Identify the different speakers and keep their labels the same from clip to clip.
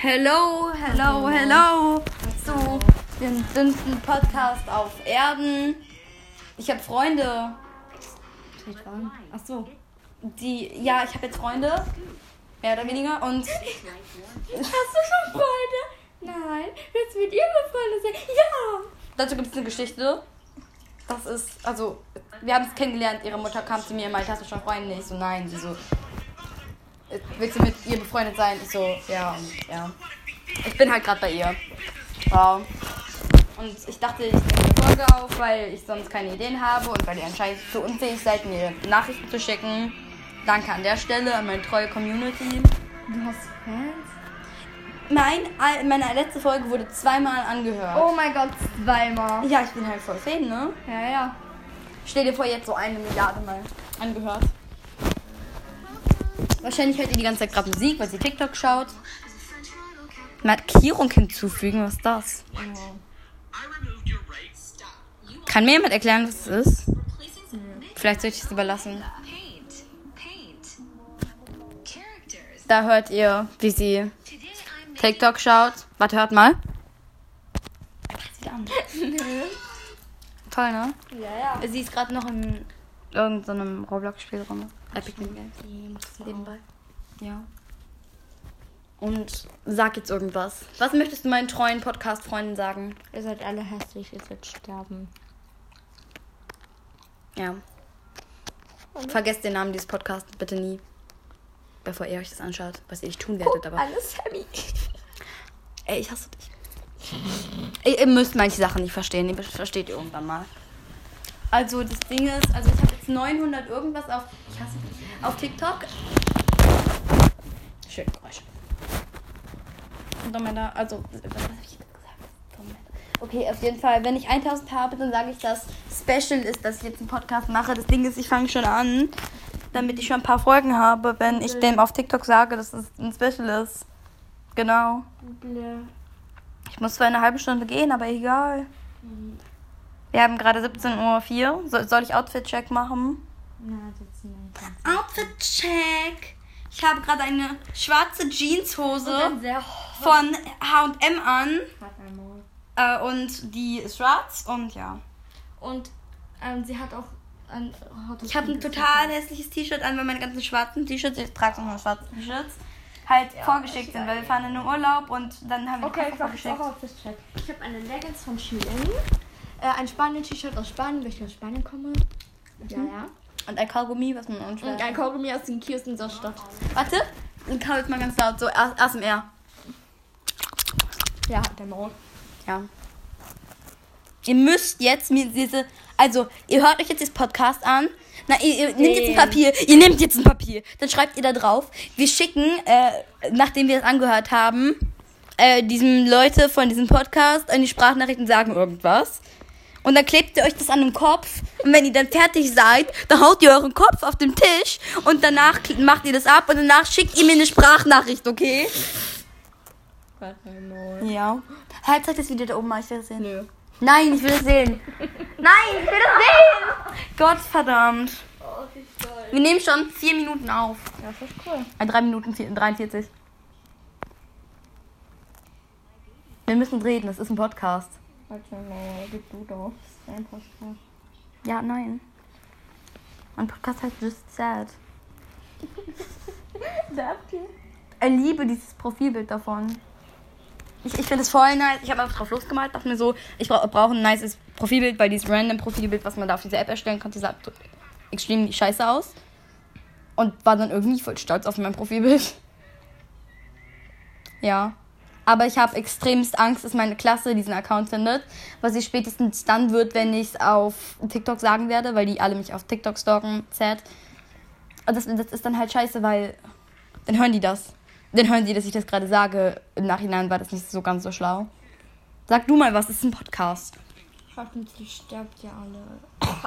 Speaker 1: Hello, hello, hello zu dem dünnsten Podcast auf Erden. Ich habe Freunde,
Speaker 2: Ach so.
Speaker 1: die. Ja, ich habe jetzt Freunde. Mehr oder weniger. Und. Hast du schon Freunde? Nein. Willst du mit ihr befreundet sein? Ja! Dazu gibt es eine Geschichte. Das ist. Also, wir haben es kennengelernt. Ihre Mutter kam zu mir und meinte, hast du schon Freunde? Ich so, nein. Sie so. "Äh, Willst du mit ihr befreundet sein? Ich so, ja. Und, ja. Ich bin halt gerade bei ihr. Wow. Und ich dachte, ich nehme eine Folge auf, weil ich sonst keine Ideen habe und weil ihr anscheinend zu unfähig seid, mir Nachrichten zu schicken. Danke an der Stelle an meine treue Community.
Speaker 2: Du hast Fans?
Speaker 1: Mein, meine letzte Folge wurde zweimal angehört.
Speaker 2: Oh mein Gott, zweimal.
Speaker 1: Ja, ich bin halt voll Fan, ne?
Speaker 2: Ja, ja.
Speaker 1: Stell dir vor, jetzt so eine Milliarde Mal angehört. Wahrscheinlich hört ihr die ganze Zeit gerade Musik, weil sie TikTok schaut. Markierung hinzufügen, was ist das? Kann mir jemand erklären, was das ist? Vielleicht soll ich es überlassen.
Speaker 3: Paint. Paint. Characters.
Speaker 1: Da hört ihr, wie sie
Speaker 3: Today I'm making
Speaker 1: TikTok schaut. Warte, hört mal. Toll, ne?
Speaker 2: Ja, ja.
Speaker 1: Sie ist gerade noch in irgendeinem Roblox-Spiel rum. Epic Game Games. Nebenbei. Ja. Und sag jetzt irgendwas. Was möchtest du meinen treuen Podcast-Freunden sagen?
Speaker 2: Ihr seid alle hässlich, ihr sollt sterben.
Speaker 1: Ja. Vergesst den Namen dieses Podcasts bitte nie. Bevor ihr euch das anschaut, was ihr nicht tun werdet. Aber
Speaker 2: Alles Sammy.
Speaker 1: ey, ich hasse dich. ihr, ihr müsst manche Sachen nicht verstehen. Ihr versteht ihr irgendwann mal. Also das Ding ist, also ich habe jetzt 900 irgendwas auf, ich hasse dich, auf TikTok. Schön Geräusch. Domina, also was habe ich jetzt gesagt? Domina. Okay, auf jeden Fall, wenn ich 1000 habe, dann sage ich, dass Special ist, dass ich jetzt einen Podcast mache. Das Ding ist, ich fange schon an, damit ich schon ein paar Folgen habe, wenn ich dem auf TikTok sage, dass es ein Special ist. Genau. Ich muss zwar eine halbe Stunde gehen, aber egal. Wir haben gerade 17.04 Uhr. So, soll ich Outfit-Check machen?
Speaker 2: Na, das ist
Speaker 1: Outfit-Check! Ich habe gerade eine schwarze Jeanshose
Speaker 2: sehr
Speaker 1: von HM an.
Speaker 2: hat einmal.
Speaker 1: Äh, und die ist schwarz und ja.
Speaker 2: Und ähm, sie hat auch ein hat
Speaker 1: Ich habe ein total hässliches T-Shirt an, weil meine ganzen schwarzen T-Shirts, ich trage auch nur schwarze T-Shirts, halt vorgeschickt sind, weil wir fahren in den Urlaub und dann haben wir die
Speaker 2: Okay, ich
Speaker 1: Koffer
Speaker 2: mach ich auch
Speaker 1: vorgeschickt.
Speaker 2: auf das Check. Ich habe eine Leggings von Shein. Äh, ein Spanien-T-Shirt aus Spanien, weil ich aus Spanien komme. Ja, ja.
Speaker 1: Und ein Kaugummi, was man uns
Speaker 2: Und ein Kaugummi aus den Kiosken der Stadt.
Speaker 1: Warte, ich kann jetzt mal ganz laut, so A- ASMR.
Speaker 2: Ja, der Maul.
Speaker 1: Ja. Ihr müsst jetzt mir diese. Also, ihr hört euch jetzt das Podcast an. Na, ihr, ihr nehmt jetzt ein
Speaker 2: Nee.
Speaker 1: Papier. Ihr nehmt jetzt ein Papier. Dann schreibt ihr da drauf. Wir schicken, äh, nachdem wir es angehört haben, äh, diesen Leute von diesem Podcast an die Sprachnachrichten sagen irgendwas. Und dann klebt ihr euch das an den Kopf. Und wenn ihr dann fertig seid, dann haut ihr euren Kopf auf den Tisch. Und danach kl- macht ihr das ab. Und danach schickt ihr mir eine Sprachnachricht, okay? Ja. Halt, zeig das Video da oben mal. Ich will das sehen.
Speaker 2: Nö.
Speaker 1: Nein, ich will das sehen. Nein, ich will das sehen. Gott verdammt. Wir nehmen schon vier Minuten auf.
Speaker 2: Oh, Ja, das ist cool.
Speaker 1: Äh, drei Minuten vier- 43. Wir müssen reden, das ist ein Podcast.
Speaker 2: Warte mal, gib du doch. Das ist ein Podcast.
Speaker 1: Ja, nein. Ein Podcast heißt Just Sad. Ich liebe dieses Profilbild davon. Ich, ich finde es voll nice. Ich habe einfach drauf losgemalt, dachte mir so, ich bra brauche ein nices Profilbild, weil dieses random Profilbild, was man da auf dieser App erstellen kann, die sah so extrem scheiße aus. Und war dann irgendwie voll stolz auf mein Profilbild. Ja. Aber ich habe extremst Angst, dass meine Klasse diesen Account findet, was sie spätestens dann wird, wenn ich es auf TikTok sagen werde, weil die alle mich auf TikTok stalken, sad. Und das, das ist dann halt scheiße, weil dann hören die das. Dann hören die, dass ich das gerade sage. Im Nachhinein war das nicht so ganz so schlau. Sag du mal was, das ist ein Podcast.
Speaker 2: Hoffentlich sterbt ihr alle.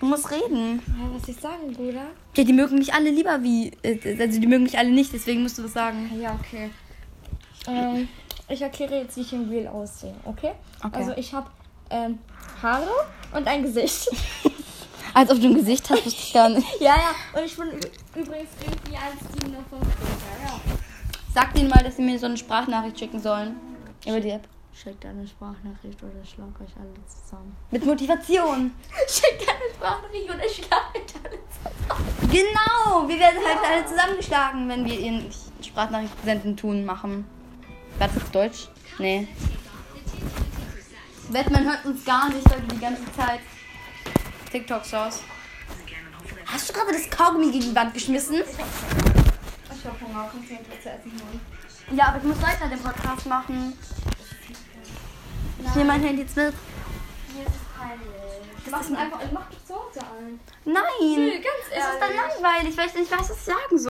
Speaker 1: Du musst reden.
Speaker 2: Ja, was ich sagen, Bruder?
Speaker 1: Ja, die mögen mich alle lieber wie. äh, Also die mögen mich alle nicht, deswegen musst du was sagen.
Speaker 2: Ja, okay. Ähm, ich erkläre jetzt, wie ich im Real aussehe, okay?
Speaker 1: Okay.
Speaker 2: Also ich habe ähm, Haare und ein Gesicht.
Speaker 1: Als ob du ein Gesicht hast, wusste ich gar nicht.
Speaker 2: ja, ja. Und ich bin ü- übrigens irgendwie 1,57. Ja, ja.
Speaker 1: Sag denen mal, dass sie mir so eine Sprachnachricht schicken sollen. Über die App.
Speaker 2: Schickt eine Sprachnachricht oder schlag euch alle zusammen.
Speaker 1: Mit Motivation.
Speaker 2: Schickt eine Sprachnachricht oder schlag euch alle zusammen.
Speaker 1: Genau, wir werden halt alle zusammengeschlagen, wenn wir ihnen Sprachnachrichten senden tun machen. War das jetzt Deutsch? Nee. Batman hört uns gar nicht, weil wir die ganze Zeit TikToks raus. Hast du gerade das Kaugummi gegen die Wand geschmissen?
Speaker 2: Ich hab Hunger, kommst du etwas zu essen holen?
Speaker 1: Ja, aber ich muss weiter den Podcast machen. Ich nehme mein Handy jetzt mit.
Speaker 2: Mir ist es peinlich. Ich mach's einfach, ich mach dich zu Hause an.
Speaker 1: Nein!
Speaker 2: ganz
Speaker 1: Das ist dann langweilig, weil ich nicht weiß, was ich sagen soll.